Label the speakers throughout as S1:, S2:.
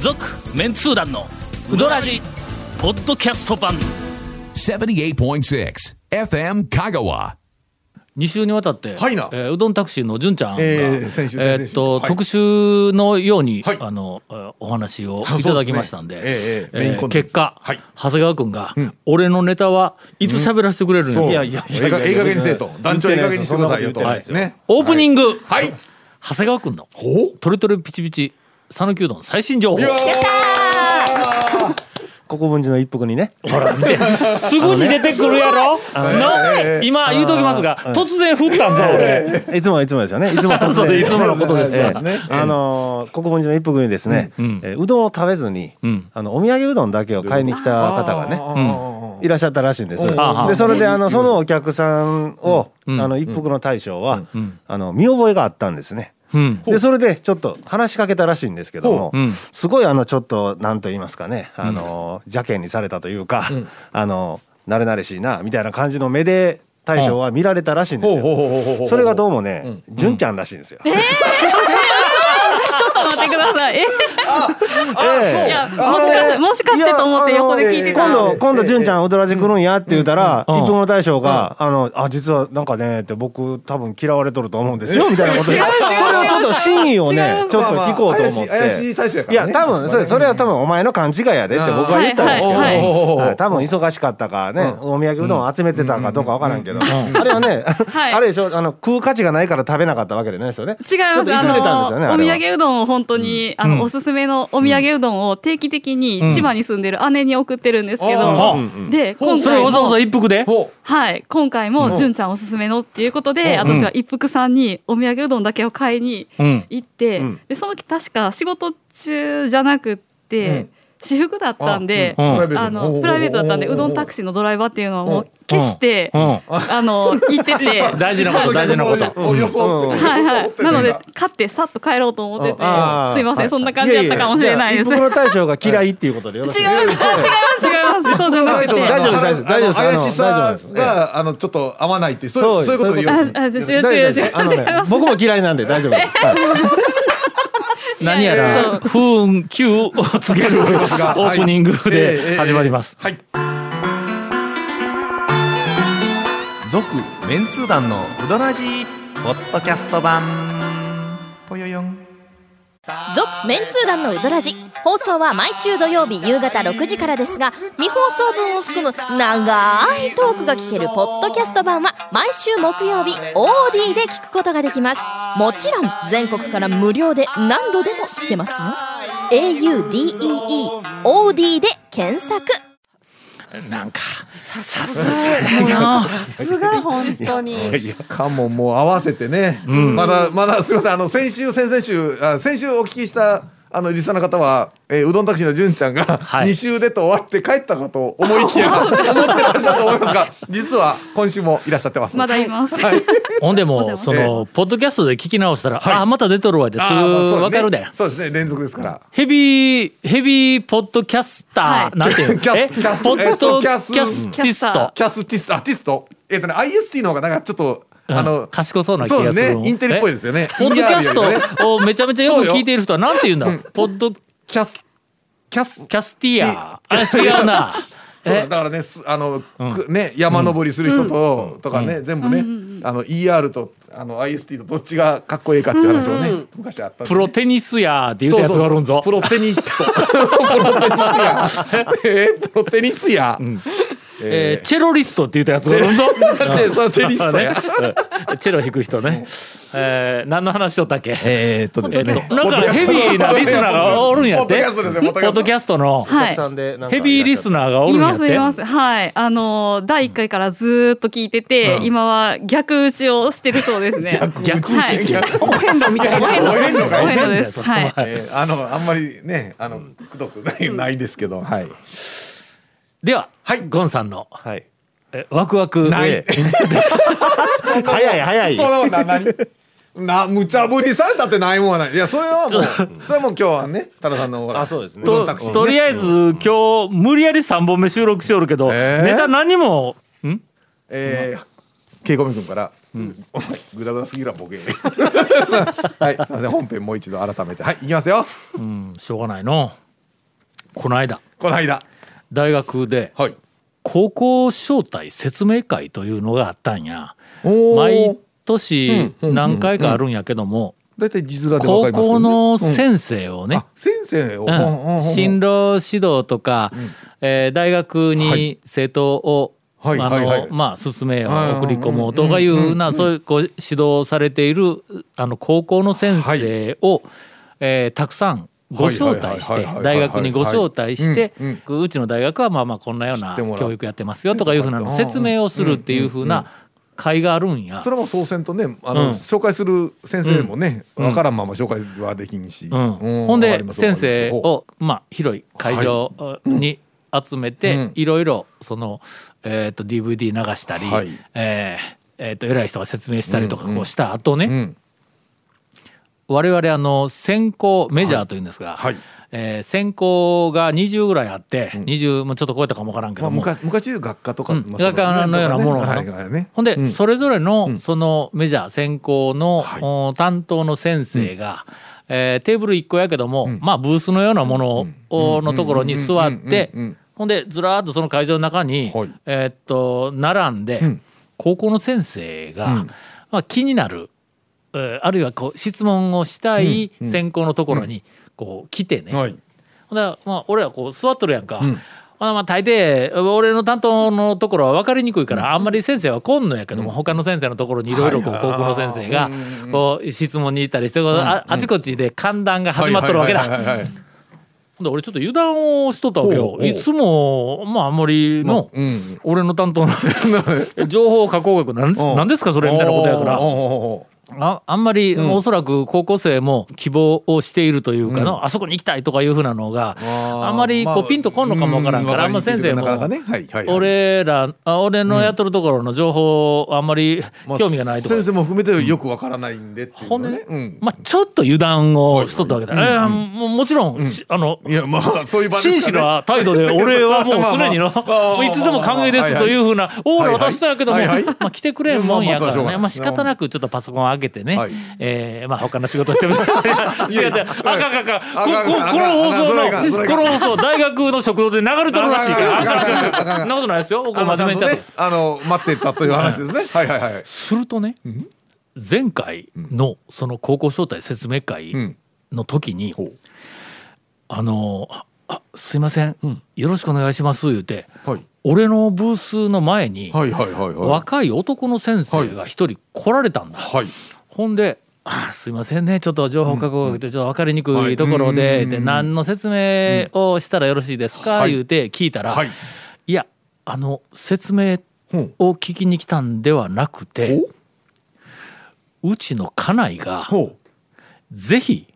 S1: 続メンツー団のウドラジポッドキャスト版
S2: 78.6 FM Kagawa.
S3: 2週にわたって、
S4: はいな
S3: えーうどんタクシーの純ちゃんが、
S4: えー先週先々週
S3: えーっと
S4: はい
S3: 特集のように、
S4: はい
S3: あのえーお話を
S4: あそうで
S3: い
S4: すね
S3: ただきましたんで
S4: ええええ
S3: えー
S4: メインコンテンツ
S3: 結果、
S4: はい
S3: 長谷川君が、俺のネタはいつ喋らせてくれるの、
S4: そう
S3: い
S4: い
S3: や
S4: や
S3: い
S4: い
S3: や
S4: や
S3: いや
S4: いやいい加減にせえと団長いい加減にしてくださいよと
S3: はい
S4: ですね
S3: オープニング、
S4: はい
S3: 長谷川君の
S4: ほ
S3: 「トレトレピチピチ讃岐うどん最新情報」
S5: 国分寺の一服にね
S3: ほら見 てすぐに出てくるやろ、の今言うときますが突然降ったんぞ俺。
S5: いつもはいつもですよねいつも突
S3: そう
S5: 然
S3: ですいつものことです
S4: よ
S5: ええ
S4: ね
S5: あのー国分寺の一服にですね、うえーうどんを食べずに、
S3: ん
S5: あのお土産うどんだけを買いに来た方がね
S4: ね
S5: いらっしゃったらしいんです
S3: ああ
S5: でそれであのそのお客さんを、あの一服の大将は、あの見覚えがあったんですね
S3: うん
S5: でそれでちょっと話しかけたらしいんですけども、
S3: うん
S5: すごいあのちょっと何と言いますかねあの、邪険にされたというか、 あの慣れ慣れしいなみたいな感じの目で大将は見られたらしいんですよ。
S4: ほうほうほうほうほう
S5: それがどうもね、純ちゃんらしいんですよ。
S6: ちょっと待ってください。えいや、もしかし、もしかしてと思って横で聞いてた
S5: 今
S6: ら。
S5: 度今度純ちゃん踊らじ来るんやって言うたら、
S3: うん
S5: 一服の大将が「あのあ実はなんかね」って僕多分嫌われとると思うんですよみたいなことで
S6: 違う違う
S5: それをちょっと真意を
S6: 違
S5: ね
S6: う
S5: ちょっと聞こうと思って。
S4: まあまあ怪しい怪しい大将やからね
S5: いや多分それそれは多分お前の勘違いやでって僕は言ったんですけど、
S6: はいはい
S4: はい
S5: はい多分忙しかったかね、お土産うどんを集めてたかどうかわからんけど、あれはね、
S6: はい
S5: あれでしょあの食う価値がないから食べなかったわけじゃないですよね
S6: 違
S5: ち
S6: い
S5: ょ
S6: ま
S5: っと急いで
S6: す。
S5: たん
S6: あ
S5: ですよね
S6: の、
S5: あ
S6: お
S5: れ
S6: 土
S5: は
S6: 産うどんを本当に、あの、おすすめのお土産うどんを定期的に千葉に住んでる姉に送ってるんですけど。
S3: あ
S6: で、今
S3: それ
S6: 回
S3: わざわ
S6: も
S3: ざ、一服で
S6: はい、今回も純ちゃんおすすめのっていうことで、私は一服さんにお土産うどんだけを買いに
S3: うん
S6: 行って
S5: ん。
S6: で、その時確か仕事中じゃなくって、私服だったんで。
S3: うん
S6: あのプライベートだったんでうどんタクシーのドライバーっていうのはもう消して、
S3: うん
S6: あの行ってて
S3: 大事な こと大事なこと
S4: と装って
S6: はいはいなので勝ってさっと帰ろうと思っててすい
S5: あー
S6: ませ
S5: は
S6: んそんな感じだったかもしれないです
S5: や
S6: 違
S5: やじゃあ一服
S6: いま
S5: の大将が嫌いっていうことでよろし
S6: す
S5: い
S6: 違います違いますそうじゃなくて
S5: 大丈夫です大丈夫で
S4: 怪し
S5: すあ
S4: さ
S5: の大丈夫です
S4: があのちょっと合わないってそうそういうことを言
S5: そうう
S4: し
S6: ああ違う違う違う違う違い
S5: あのね
S6: ます
S5: 僕も嫌いなんで大丈夫です。はい
S3: 何や
S6: そ
S3: ら
S6: う
S3: 不運9をつけ るオープニングで始まります。
S4: はい
S7: 続メンツー団のウドラジーポッドキャスト版ぽよよん
S8: 続メンツー団のウドラジ放送は毎週土曜日夕方6時からですが未放送分を含む長いトークが聞けるポッドキャスト版は毎週木曜日 OD で聞くことができますもちろん全国から無料で何度でも聞けますよ AUDEEOD で検 索
S3: なんか
S4: しかももう合わせてね、まだまだすみませんあの先週先々週あ先週お聞きしたあのリスナーの方は、えーうどんタクシーのじゅんちゃんが
S3: い
S4: 2週でと終わって帰ったかと思いき や思ってらっしゃると思いますが実は今週もいらっしゃってます
S6: まだいます、
S4: はい
S3: ほんでも
S6: お邪
S3: う
S6: 魔し
S3: そのポッドキャストで聞き直したら、ああまた出とるわってすぐ
S4: あーまあそうね
S3: わかるで。
S4: そうですね連続ですから
S3: ヘビーヘビーポッドキャスタ
S6: は
S3: ー
S6: い
S3: なんていう
S4: キャス
S3: え
S4: キャス
S3: ポッドキャス
S4: えっとキャス
S3: ティスト
S4: キャスティストあティストえっ、とね IST の方がなんかちょっと、あ
S3: うん
S4: の
S3: 賢そうな気がす
S4: そ
S3: る
S4: うですねインテリっぽいですよね
S3: えポッドキャス
S4: ER よりね
S3: トをめちゃめちゃよく聞いている人はなんて言うんだポッドキ
S4: キャスキャス
S3: ャスティアあ違うな
S4: そう
S3: え
S4: だからねすあの、くね山登りする人と、とかね、全部ね、あの ER とあの IST とどっちがかっこいいかっていう話をね、昔あったん
S3: プ
S4: で
S3: ロテニスやーって言うたやつがあるんぞ
S4: プロテ ニストプロテニスやえープロテニスや、
S3: えーチェロリストって言ったやつがおるんぞ
S4: そのチェリス トや
S3: うんチェロ弾く人ね、えー、何の話しとったっけ
S4: えーっとですね
S3: えっとなんかヘビーなリスナーがおるんやって
S4: ポッドキャストですよ
S3: ポ
S4: ポッドキャ
S3: ッ
S4: スト
S3: ドキャストの
S6: はい
S5: さんでなんか
S3: ヘビーリスナーがおる
S6: い
S3: んや
S6: ま
S3: っ
S6: す
S3: て
S6: いますはいあのー第1回からずーっと聞いてて、今は逆打ちをしてるそうですね
S3: 逆
S6: はいお遍路みたいなお遍
S4: お遍路
S6: 路
S4: か
S6: お遍路ですはい
S4: えーあのあんまりねあのくどくないないですけど、はい
S3: では、
S4: はい
S3: ゴンさんの
S5: はい。
S3: えワクワク
S4: ない
S5: 早い早い
S4: そ。のな何な無茶ぶりされたってないもんはないいやそれはもうそれはもう今日はね多田さんのほら
S5: あそうですね
S4: ど
S3: と
S4: んタクシーね
S3: とりあえず今日無理やり3本目収録しよるけど、
S4: えー
S3: ネタ何も
S4: えー、稽古目君から、お前グダグダすぎるわ ボケはいすいません本編もう一度改めてはいいきますよ
S3: うんしょうがないのこの間
S4: この間
S3: 大学で
S4: はい
S3: 高校招待説明会というのがあったんや
S4: おお
S3: 毎年
S4: うんうん
S3: 何回かあるんやけども
S4: 大体字面でわか
S3: 高
S4: りますけ
S3: 校
S4: どね
S3: の
S4: うん
S3: 先生をね
S4: あ先生を、
S3: う
S4: ほんほんほん
S3: ん進路指導とか、えー大学
S4: は
S3: に
S4: い
S3: 生徒を、
S4: はい
S3: あの
S4: はいはい
S3: まあ進めよ
S4: はいはいう
S3: 送り込もううんとかいうなそういうこう指導されているあの高校の先生を、えーたくさんご招待し
S4: はい
S3: て
S4: はいはいはい
S3: 大学にご招待して
S4: うんうん
S3: うちの大学はまあまあこんなよう
S4: 知
S3: な
S4: ってもらう
S3: 教育やってますよとかいうふうなのを説明をするっていうふうな会があるんや
S4: そ。れも総選とねあの、
S3: うん
S4: 紹介する先生もね、
S3: うん
S4: わからんまま紹介はできんし、
S3: うん
S4: う
S3: ほん
S4: わか
S3: で
S4: ります
S3: 先生
S4: わかり
S3: をまあ広い会場に集め
S4: う
S3: て
S4: ん
S3: いろいろそのえーと DVD 流したり
S4: はい
S3: えーえーと偉い人が説明したりとか
S4: うんうん
S3: こうした後
S4: ますよ
S3: ね
S4: うん
S3: 我々あの選考メジャーというんですが
S4: はい
S3: えー選考が20ぐらいあって20もうちょっと超えたかもわからんけ
S4: まあ、
S3: ども
S4: 昔昔でいう学科とか、
S3: うん
S4: まあそうだよね
S3: 学科のようなものが
S4: はいはいね
S3: ほんで、
S4: うん
S3: それぞれのそのメジャー専攻の、
S4: はい
S3: お担当の先生が、えーテーブル1個やけども、まあブースのようなものをのところに座って
S4: うんうんうんうん
S3: ほんでずらーっとその会場の中に、
S4: はい
S3: えーっと並んで、
S4: ん
S3: 高校の先生が、まあ、気になる、えーあるいはこう質問をしたい専攻のところにこう来てね、
S4: はい
S3: ほんでまあ俺らこう座っとるやんか、ほなまあ大抵俺の担当のところは分かりにくいからあんまり先生は来んのやけども、他の先生のところにいろいろこう高校の先生がこう質問に行ったりしてこうああちこちで歓談が始まっとるわけだ。
S4: はいはいはいはいはい
S3: ほんで俺ちょっと油断をしとったわけ
S4: おう
S3: よ。
S4: おう
S3: いつもまああんまりの、
S4: うん
S3: 俺の担 当の 情報加工学なん
S4: おう
S3: なんですかそれみたいなことやから
S4: おーお
S3: ああんまり、おそらく高校生も希望をしているというかの、あそこに行きたいとかいうふうなのが
S4: ー
S3: あんまりこ
S4: まあ
S3: うピンとこんのかもわからんから、
S4: うん
S3: まあ、先生も
S4: なかなかねはいはいはい
S3: 俺らあ俺のやっとるところの情報あんまり
S4: ーおー
S3: 興味がないとか
S4: まあ、先生も含めてよくわからないんでっていう
S3: ほ
S4: の
S3: ん
S4: ね
S3: でね、
S4: うん
S3: まあ、ちょっと油断をしとったわけだ、
S4: はいはい
S3: えーもうもちろん、しあの
S4: いやまあそういう場です
S3: 真摯
S4: かね
S3: な態度で俺はもう常にの
S4: まあまあまあ
S3: いつでも歓迎で
S4: はい
S3: す
S4: はい
S3: というふうなオーラを出したんやけども、
S4: はいはいはいはい
S3: まあ、来てくれるもんやから
S4: まあまあそうしょうが
S3: ね、
S4: ない
S3: まあ仕方なくちょっとパソコンを開けてね、
S4: はい
S3: えーまあ、他の仕事しても違う違うあかんあかんあかん
S4: あかん
S3: こ
S4: あかん
S3: ここの放送
S4: あかんそ
S3: の
S4: れあかんそれあか
S3: こ
S4: ん
S3: の放送大学の食堂で流れとるらしいからあ
S4: あ
S3: か
S4: か
S3: ん
S4: ん
S3: あ
S4: あ
S3: か
S4: か
S3: んあかんそ
S4: ん
S3: んなことないですよ僕
S4: あのち
S3: 真面
S4: ゃ
S3: 目
S4: ん
S3: に
S4: と
S3: ちゃんと
S4: ねあの待ってたという話ですねはいはいはい
S3: するとね、前回のその高校招待説明会の時に、あのああすいません、よろしくお願いします」言うて、
S4: はい
S3: 俺のブースの前に、
S4: はいはいはいはい
S3: 若い男の先生が一人来られたんだ。
S4: はい
S3: ほんであすいませんねちょっと情報加工学でちょっと分かりにくいところで,、で何の説明をしたらよろしいですか、
S4: はい
S3: 言うて聞いたら、
S4: はい
S3: い、やあの説明を聞きに来たんではなくてうちの家内が
S4: ほう
S3: ぜひ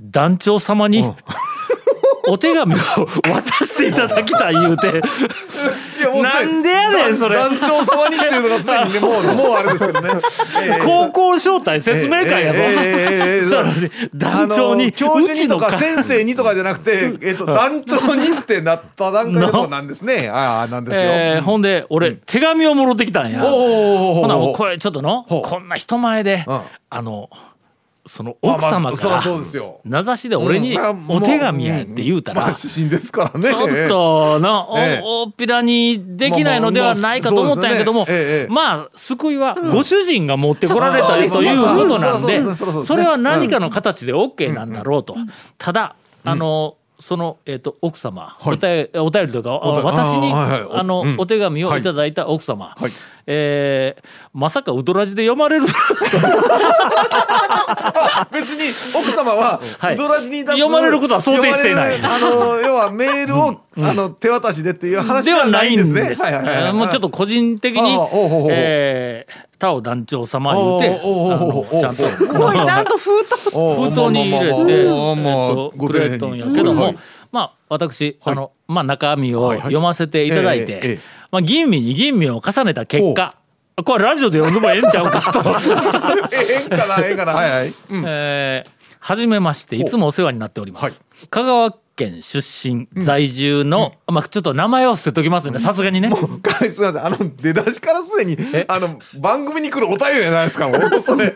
S3: 団長様に、 お手紙を 渡していただきたい言うて
S4: いやもうすでに
S3: なんでやねんそれ
S4: 団長様にっていうのがすでにねもうもうあれですけどね
S3: 高校招待説明会やぞ。
S4: ええええええ
S3: さらに
S4: あ
S3: 団
S4: の
S3: 長に
S4: 教授
S3: うち
S4: にと
S3: の
S4: か
S3: 家
S4: 先生にとかじゃなくて、えっと、団長にってなった段階でもうなんですね。ああ、なんですよ。
S3: えーほんで俺、手紙をもろってきたんや。
S4: おお
S3: ほなもう
S4: お
S3: これちょっとの
S4: ほう
S3: こんな人前で、
S4: うん
S3: あのその
S4: まあ
S3: 奥
S4: まあ
S3: 様
S4: そ
S3: から
S4: らそうですよ
S3: 名指しで俺にお手紙やって言うたら、
S4: まあ、指針ですからね。
S3: ちょっとの、お
S4: ええ
S3: 大っぴらにできないのではないかと思ったんやけども、
S4: まあまあそうですよね
S3: まあ救いはご主人が持ってこられた
S4: うん
S3: ということな
S4: そ
S3: ん
S4: うで
S3: です
S4: ねそうですねそ
S3: そ
S4: うですねそうですね
S3: れは何かの形で OK なんだろうとただあのその、えっと奥様、お便りお便りというかあ
S4: 便り
S3: 私に
S4: あ
S3: あ,、
S4: ーはいはい
S3: の、
S4: うん
S3: お手紙をいただいた奥様、えーまさかウドラジで読まれる
S4: 別に奥様は
S3: はい
S4: ドラジに出す
S3: 読まれることは想定していない
S4: 読まれるあの要はメールを、あの手渡しでっていう話
S3: で
S4: で
S3: は
S4: は
S3: な
S4: ないい
S3: んで
S4: んですす
S3: ね
S4: ね。はいはいはい
S3: えーもうちょっと個人的に
S4: あーおうほうほうほう
S3: えータオ団長様言うて
S4: おう
S3: あ
S4: おうおうおう
S3: のちゃんと
S9: ごいちゃんと封筒
S4: お
S3: 封筒に入れて、えっとくれとんやけども、
S4: はい
S3: まあ私、あのまあ中身を読ませていただいて、
S4: はいはいええええ
S3: まあ吟味に吟味を重ねた結果これラジオで読んでもええんちゃうかと、
S4: ええんか なええんかなはいはい、うん
S3: えー、はじめましていつもお世話になっております、香川県出身在住の、まあちょっと名前は伏せときますねさすがにね
S4: もうかすいませんあの出だしからすでに
S3: え
S4: あの番組に来るお便りじゃないですかもうそれ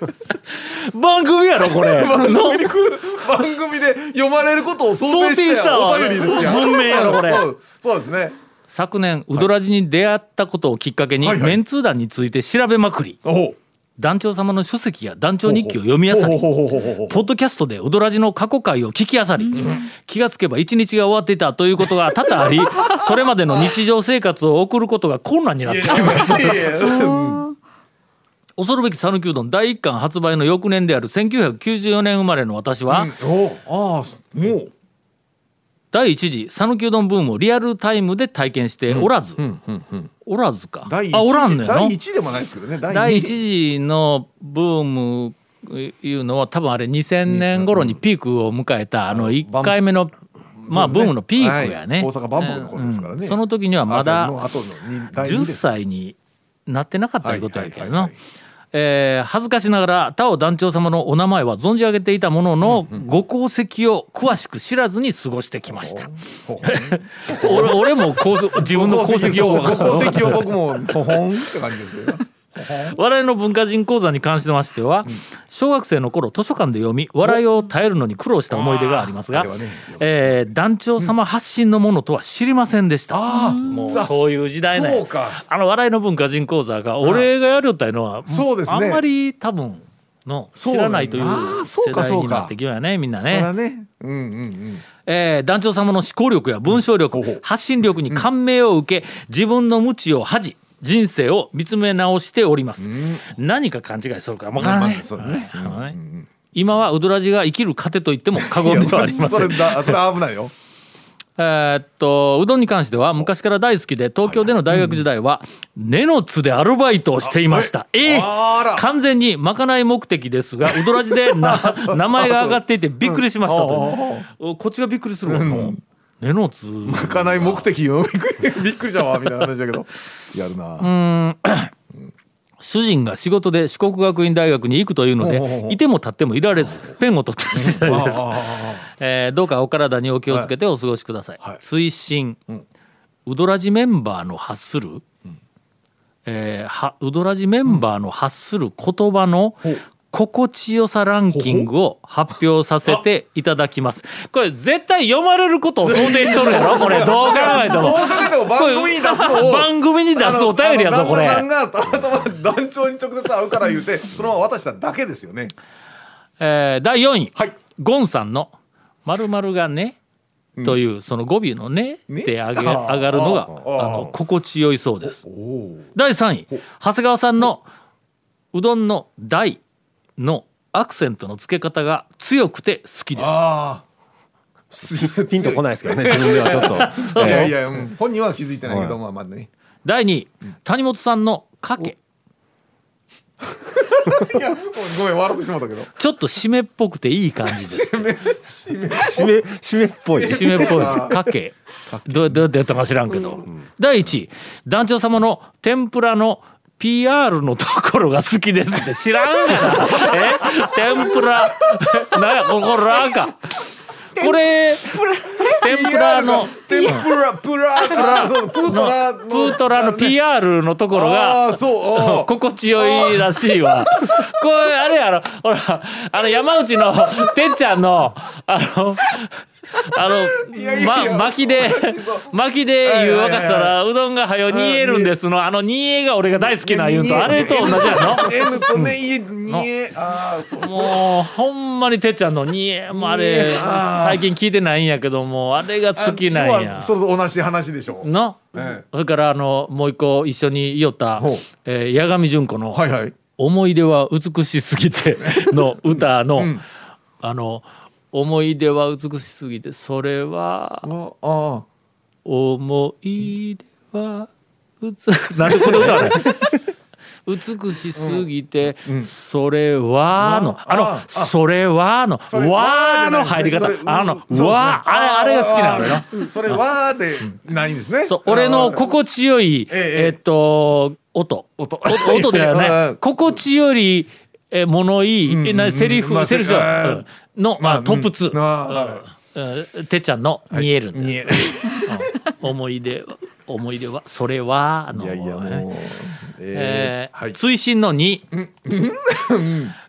S3: 番組やろこれ
S4: 番組
S3: の
S4: に来る番組で読まれることを想定し
S3: 想定
S4: て
S3: したわ
S4: お便りですよ
S3: 文明やろこれ
S4: そうそうですね
S3: 昨年ウドラジに出会ったことをきっかけに、
S4: はいはい
S3: メンツー団について調べまくり
S4: おう
S3: 団長様の書籍や団長日記を読み漁り
S4: ほうほうほうほうほう
S3: ポッドキャストで「ウドラジ」の過去回を聞きあさり、気がつけば一日が終わっていたということが多 々ありそれまでの日常生活を送ることが困難になっ
S4: い
S3: た
S4: やいやいやいや
S3: 恐るべき讃岐うどん第一巻発売の翌年である1994年生まれの私は、
S4: おうああもう
S3: 第一次讃岐うどんブームをリアルタイムで体験しておらず、おらずか
S4: 第一
S3: あおらんのやな
S4: 第一でもないですけどね
S3: 第
S4: 第
S3: 一
S4: 一
S3: 次のブームいうのは多分あれ2000年頃にピークを迎えたあの1回目のまあ
S4: そう
S3: ブ
S4: ですね
S3: ームのピークやね、
S4: はい大阪万博の頃ですからね
S3: うんその時にはま
S4: あ
S3: だ
S4: の後の二第二
S3: 10
S4: です
S3: 歳になってなかったということやけど
S4: はいはいは
S3: な
S4: いはい。
S3: えー恥ずかしながら他を団長様のお名前は存じ上げていたものの、ご功績を詳しく知らずに過ごしてきました
S4: ほ
S3: 俺俺もこう自分の功績を
S4: ご功績を僕もほほんって感じですよ
S3: 笑いの文化人講座に関しましては、小学生の頃図書館で読み笑いを耐えるのに苦労した思い出がありますが、えー団長様発信のものとは知りませんでした、もうそういう時代ね
S4: そうか
S3: あの笑いの文化人講座が俺がやるよったいうのは、
S4: そうです
S3: あ
S4: ね
S3: んまり多分の知らないという
S4: そうなんだあーそ
S3: 世
S4: うか
S3: 代
S4: そうか
S3: になってきようやねみんな
S4: そら
S3: ね、
S4: ねうんうんうん
S3: えー団長様の思考力や文章力、発信力に感銘を受け自分の無知を恥じ人生を見つめ直しております、何か勘違いするかわからない、
S4: そうだね
S3: はい今はウドラジが生きる糧と言っても過言ではありませ
S4: そ
S3: ん
S4: れだそれ危ないよ
S3: えーっとうどんに関しては昔から大好きで東京での大学時代は根の津でアルバイトをしていましたええ
S4: あら
S3: 完全にまかない目的ですがうどらじで な 名前が上がっていてびっくりしましたとおこっちがびっくりするわもう根の津
S4: 行かない目的よ びっくりしたわみたいな話だけどやるな
S3: 主人が仕事で四国学院大学に行くというの
S4: おうおうお
S3: で
S4: う
S3: いても立ってもいられずペンを取った次第です、えーどうかお体にお気をつけてお過ごしください、
S4: はい
S3: 追伸、うどらじメンバーの発する、えーはうどらじメンバーの発する言葉の心地よさランキングを発表させていただきます。これ絶対読まれることを想定しとるや ろこれどう考えて
S4: どう
S3: も
S4: 考。えても番組に出すのを
S3: 番組に出すお便りや
S4: あ
S3: ぞ
S4: の
S3: これ。
S4: 旦那さんがたまたま団長に直接会うから言 うてそのまま渡しただけですよね
S3: えー第4位、
S4: はい
S3: ゴンさんの「まるがね」というその語尾の「ね」
S4: ね
S3: って上げ
S4: あー
S3: 上がるのが
S4: あー
S3: あの心地よいそうです
S4: おお
S3: 第3位長谷川さんのうどんの「大」のアクセントの付け方が強くて好きです
S4: ああ
S5: ピンとこないですけどね自分ではちょっと
S4: いや
S5: え
S4: い
S5: え
S4: や、うん本人は気づいてないけど、まあまあね。
S3: 第2位谷本さんの「かけ
S4: いや、ごめん、笑ってしまったけど。」
S3: ちょっと締めっぽくていい感じです
S5: 締め締めっぽい
S3: 締めっぽいです。かけ。どうどうやってやったか知らんけど。第一位、団長様の天ぷらの PR のところが好きですって知らんがな。え天ぷら。なんや、ここらか。これ、天ぷらの。
S4: 天ぷら、プラプラ、そう、プートラの。
S3: プートラの PR のところ
S4: あ
S3: が
S4: あ、そう、あー
S3: 心地よいらしい わ。これあれやろ、ほら、あの山内 のてっちゃんの、あの、あの、
S4: いやいやいや
S3: ま、巻き で、巻きで湯沸かしたら、うどんがはよ煮えるんですの、あの煮えが俺が大好きな言うと、あれと同じや
S4: N とね、いえ、にえ、ああ、そう。
S3: ろ。もう、ほんまにてっちゃんの煮え、もうあれ、最近聞いてないんやけども、あれが好きなん
S4: 要は
S3: や。
S4: それと同じ話でしょう。
S3: の、
S4: ええ
S3: それからあの、もう一個一緒にいよった
S4: ほう、
S3: えー、八神純子の、
S4: はいはい。
S3: 思い出は美しすぎての歌 の、あの思い出は美しすぎてそれは
S4: ああ
S3: 思い出は美 しなんでこの歌あれ美しすぎて、それはの、
S4: わ
S3: あの、
S4: ああ
S3: それはの、
S4: れ
S3: わ
S4: わ
S3: ー
S4: ーじゃない
S3: の入り方
S4: それ、
S3: あの、
S4: そう
S3: わー、あれ、あれが好きなのよな。
S4: よな。それはで、ないんですね。
S3: そう、俺の
S4: こ
S3: 心地よい、
S4: ええ
S3: えっと、音。
S4: 音
S3: お音で は
S4: ええ
S3: な
S4: え
S3: い
S4: え
S3: 心地よりえ物言い、えなセリフ、
S4: まあ
S3: セリフじゃ、
S4: せ
S3: うんの、まあ、トップ2、
S4: あーはい
S3: うんてっちゃんの見えるんです、うん思い出思い出はそれはあの
S4: いやいや
S3: ね
S4: もう
S3: え
S4: え
S3: ー
S4: はい
S3: 追伸の2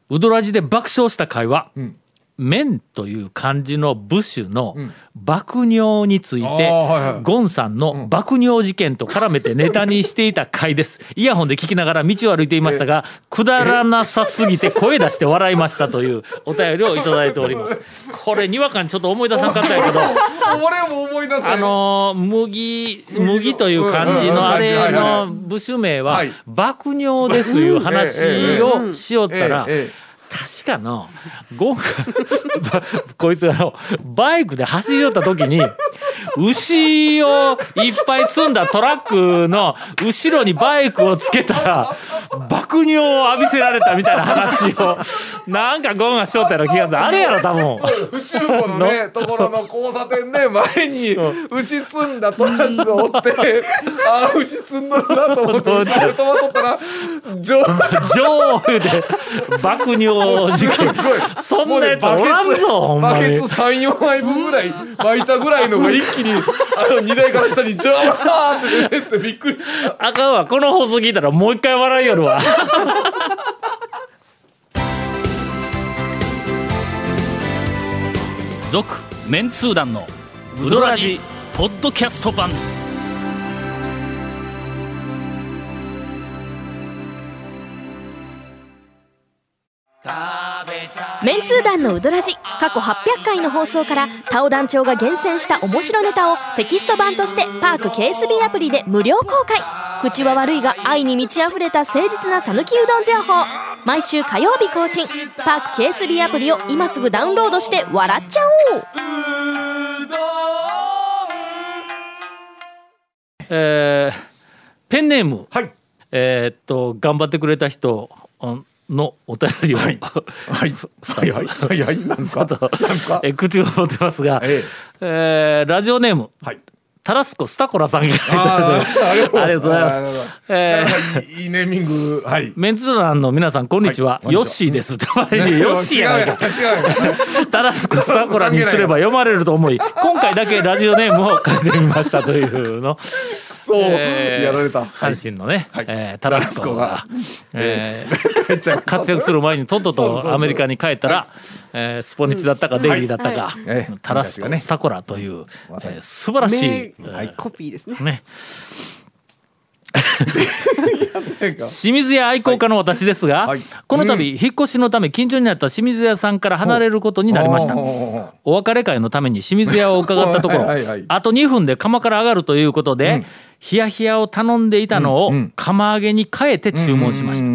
S3: ウドラジで爆笑した会話「麺」という漢字の部首の爆尿について、
S4: あーはいはい
S3: ゴンさんの爆尿事件と絡めてネタにしていた回 ですイヤホンで聞きながら道を歩いていましたがくだらなさすぎて声出して笑いましたというお便りをいただいておりますこれにわかにちょっと思い出さんかったんやけど
S4: ー俺も思い出せ
S3: あのー麦麦という漢字
S4: うんうんうん
S3: のあ
S4: は
S3: れ
S4: いはいは
S3: の部首名は
S4: はい
S3: 爆尿ですいう話をしよったら
S4: ええええ
S3: 確かのゴンがばこいつがあのバイクで走り寄った時に牛をいっぱい積んだトラックの後ろにバイクをつけたら爆尿を浴びせられたみたいな話をなんかゴンがしよったような気がするあれやろ多分。
S4: 宇宙庫のねところの交差点で前に牛積んだトラックがおってああ牛積んどるなと思って後ろで止まっとったら上
S3: 上下で爆尿 事件そんなやつおらんぞほん
S4: バ
S3: ま
S4: ケ
S3: に
S4: ツ34枚分ぐらい巻いたぐらいのが一気にあの荷台から下にジャーって出てってびっくりした
S3: あかんわこの放送聞いたらもう一回笑いよるわ
S1: 続メンツー団のウドラジポッドキャスト版
S8: メンツー団のウドラジ過去800回の放送からタオ団長が厳選した面白ネタをテキスト版としてパーク KSB アプリで無料公開口は悪いが愛に満ち溢れた誠実な讃岐うどん情報毎週火曜日更新パーク KSB アプリを今すぐダウンロードして笑っちゃおう
S3: えーペンネーム
S4: はい
S3: えーっと頑張ってくれた人のお便りを、
S4: はいはいはいはいはいなんですかなんですか
S3: えー口を持ってますが、
S4: え
S3: え
S4: え
S3: ーラジオネーム、
S4: はい
S3: タラスコスタコラさんがいただい
S4: あ
S3: て
S4: ーありがとうございます
S3: ありがとうございます
S4: ありがとうございます
S3: えー
S4: なんかいいいいネーミングはい
S3: メンツ団の皆さんこんにちは、
S4: はい
S3: ヨッシーですたまに ヨッシーやないか
S4: 違うよ違うよ
S3: タラスコスタコラにすれば読まれる と思い今回だけラジオネームを書いてみましたとい うの
S4: そう
S3: えー
S4: やられたはい
S3: 阪神のね、
S4: はい
S3: えータラスコが
S4: タ、
S3: えー
S4: 帰っちゃいます
S3: 活躍する前にとっと
S4: そうそうそう
S3: とアメリカに帰ったら、えースポニチだったかデイリーだったか、
S4: はい
S3: タラス
S4: は
S3: コ
S4: い
S3: スタコラという、
S4: まさに
S3: えー素晴らしい、え
S9: 名
S3: ー
S9: コピーですね。
S3: ね、
S4: なんか
S3: 清水屋愛好家の私ですが、
S4: はいはい
S3: この度、引っ越しのため近所にあった清水屋さんから離れることになりました
S4: おーおーおー
S3: お別れ会のために清水屋を伺ったところ
S4: はいはいはい
S3: あと2分で釜から上がるということで、ヒヤヒヤを頼んでいたのを釜揚げに変えて注文しました、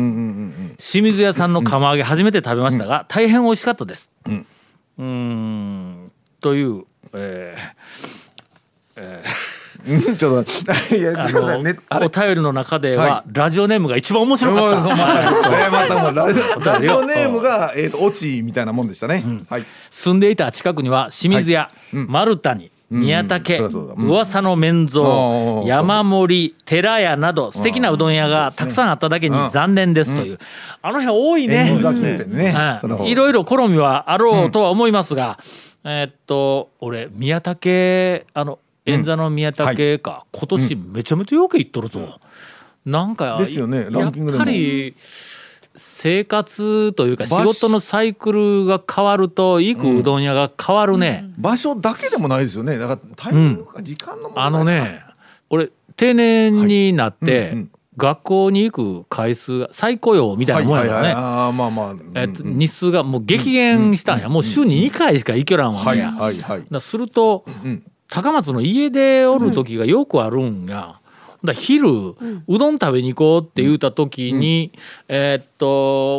S3: 清水屋さんの釜揚げ初めて食べましたが、大変美味しかったです、うーんという、えー
S4: うんちょっといや
S3: あ
S4: ごめんなさ
S3: の
S4: いねあれ
S3: お便りの中では、
S4: は
S3: ラジオネームが一番面白
S4: もう
S3: かっ
S4: そ
S3: た
S4: うまたえーまたもうラジオラジオネームがえっとオチみたいなもんでしたねはい
S3: 住んでいた近くには清水屋、丸谷宮武、
S4: そりゃそうだうん
S3: 噂の面
S4: おー
S3: 蔵山盛り寺屋など素敵なうどん屋がたくさんあっただけに残念ですという、あの辺多いね
S4: ふざけてね
S3: は
S4: その
S3: い、いろいろ好みはあろうとは思いますが、えーっと俺宮武あの円座の宮武か、今年めちゃめちゃよく行っとるぞ、なんか
S4: ですよねランキングで
S3: や
S4: も
S3: っぱり生活というか仕事のサイクルが変わると行くうどん屋が変わるね、
S4: 場所だけでもないですよねだからタイミングか時間の問題
S3: あのね俺定年になって、
S4: はいうんうん
S3: 学校に行く回数が再雇用みたい
S4: は
S3: ないもんや
S4: は
S3: から
S4: い
S3: ね、
S4: はいあーまあまあうん
S3: えっと、日数がもう激減したんや、もう週に2回しか行けらんわ
S4: は
S3: ね
S4: い
S3: や、
S4: はいはい
S3: だすると、
S4: ん
S3: 高松の家でおる時がよくあるんが、だ昼、うどん食べに行こうって言うた時に、えーっと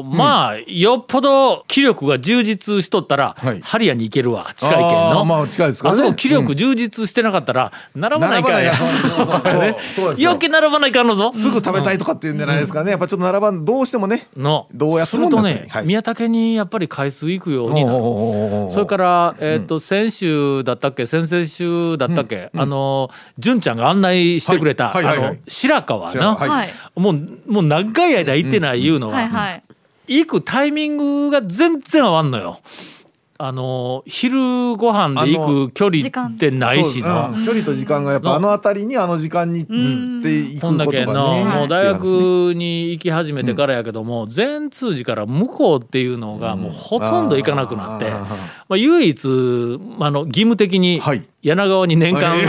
S3: まあよっぽど気力が充実しとったら、
S4: はい
S3: ハリアに行けるわ近いけん
S4: あ
S3: の。
S4: ーまあ近いですから
S3: あ
S4: ね
S3: そこ気力充実してなかったら並ばない
S4: 並ば
S3: か
S4: ないい
S3: や、
S4: そうそうそう そうですよ
S3: 余計並ばないかんのぞ
S4: すぐ食べたいとかっていうんじゃないですかねやっぱちょっと並ばんどうしてもね
S3: の
S4: どうやって
S3: す
S4: も
S3: ると
S4: なった
S3: ね
S4: り、はい
S3: 宮武にやっぱり回数行くよう
S4: おー
S3: になる
S4: おーおーおー
S3: それから、えー、と先週だったっけ先々週だったっけ、あの純ちゃんが案内してくれた、
S4: はいはいはいはい
S3: あの白川
S4: 白川
S3: な、
S4: はい
S6: はい
S3: もうもう長い間行ってないいうのは、
S6: はいはい
S3: 行くタイミングが全然合わんのよ。あの昼ご飯で行く距離ってないし
S4: そう
S3: な
S4: うん距離と時間がやっぱあの辺りにあの時間にって行
S3: こん
S4: く
S3: だ
S4: こと
S3: け
S4: が
S3: の
S4: ね
S3: もう大学に行き始めてからやけども全通時から向こうっていうのがもうほとんど行かなくなって
S4: あー
S3: まあ唯一あの義務的に
S4: はい
S3: 柳川に年間
S4: いや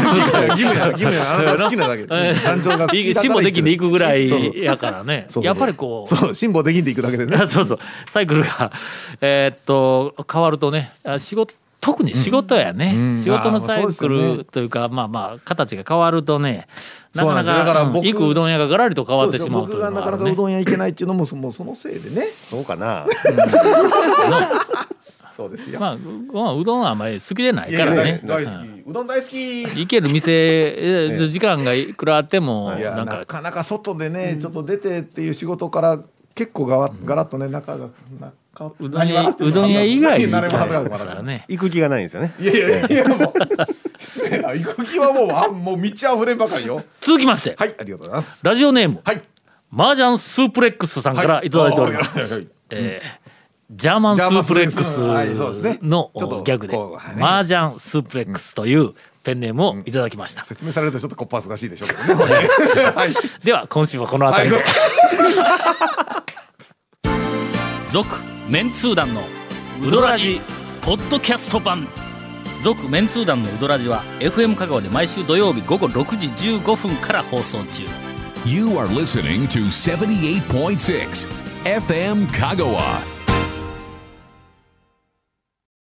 S4: 義務や義務やあなた好きなだけ
S3: えー
S4: 団長が好きだから
S3: 辛抱できんで行くぐら
S4: そう
S3: いやからね
S4: そう
S3: やっぱりこう
S4: そう辛抱できんで行くだけでね
S3: あ そうそうサイクルが、えーっと変わるとねあ仕事特に仕事やね、
S4: うんうん
S3: 仕事の
S4: あーまあ
S3: サイ
S4: そ
S3: ク
S4: うですよね
S3: ルというかまあまあ形が変わるとねなかな
S4: そうなんですよだ
S3: か
S4: から
S3: うん
S4: 僕
S3: 行くうどん屋ががらりと変わってしまうとい
S4: 僕
S3: う
S4: が
S3: の
S4: な
S3: が
S4: か
S3: ある
S4: なかう
S3: ね
S4: どん屋行けないっていうのもそもうそのせいでね
S5: そうか な。
S4: そうですよ
S3: まあうまあうどんはあんまり好きでない
S4: い
S3: から
S4: やいや
S3: ね
S4: 大大好きうどん大好き
S3: 行ける店えー
S5: ええ
S3: 時間がいくらあっても
S4: いや
S3: な
S4: なん
S3: か
S4: かなか外でね、ちょっと出てっていう仕事から結構がわガラッとね中がなか
S3: うどん屋うどん屋以外に行
S4: 誰も恥ずかし
S3: か
S4: くな
S3: ら
S4: い
S3: ね
S5: 行く気がないんですよね。
S4: いやいやいやもう失礼な行く気はもうあもう満ち溢れんばかりよ
S3: 続きまして、
S4: はいありがとうございます
S3: ラジオネーム
S4: はい
S3: 麻雀スープレックスさん
S4: は
S3: からいただいております、
S4: す、はいはい
S3: えージャーマンスープレック
S4: ジャーマンスープレックスはいそうですね
S3: スの
S4: ちょっと
S3: ギャグで
S4: こうはいね
S3: 麻雀スープレックスというペンネームをいただきました。
S4: 説明されるとちょっとこっぱ恥ずかしいでしょうけどね これねはい
S3: では今週はこの辺り
S4: は
S3: で
S4: い。
S1: 続メンツー団のウドラジポッドキャスト版続メンツー団のウドラジは FM 香川で毎週土曜日午後6時15分から放送中
S2: You are listening to 78.6 FM Kagawa.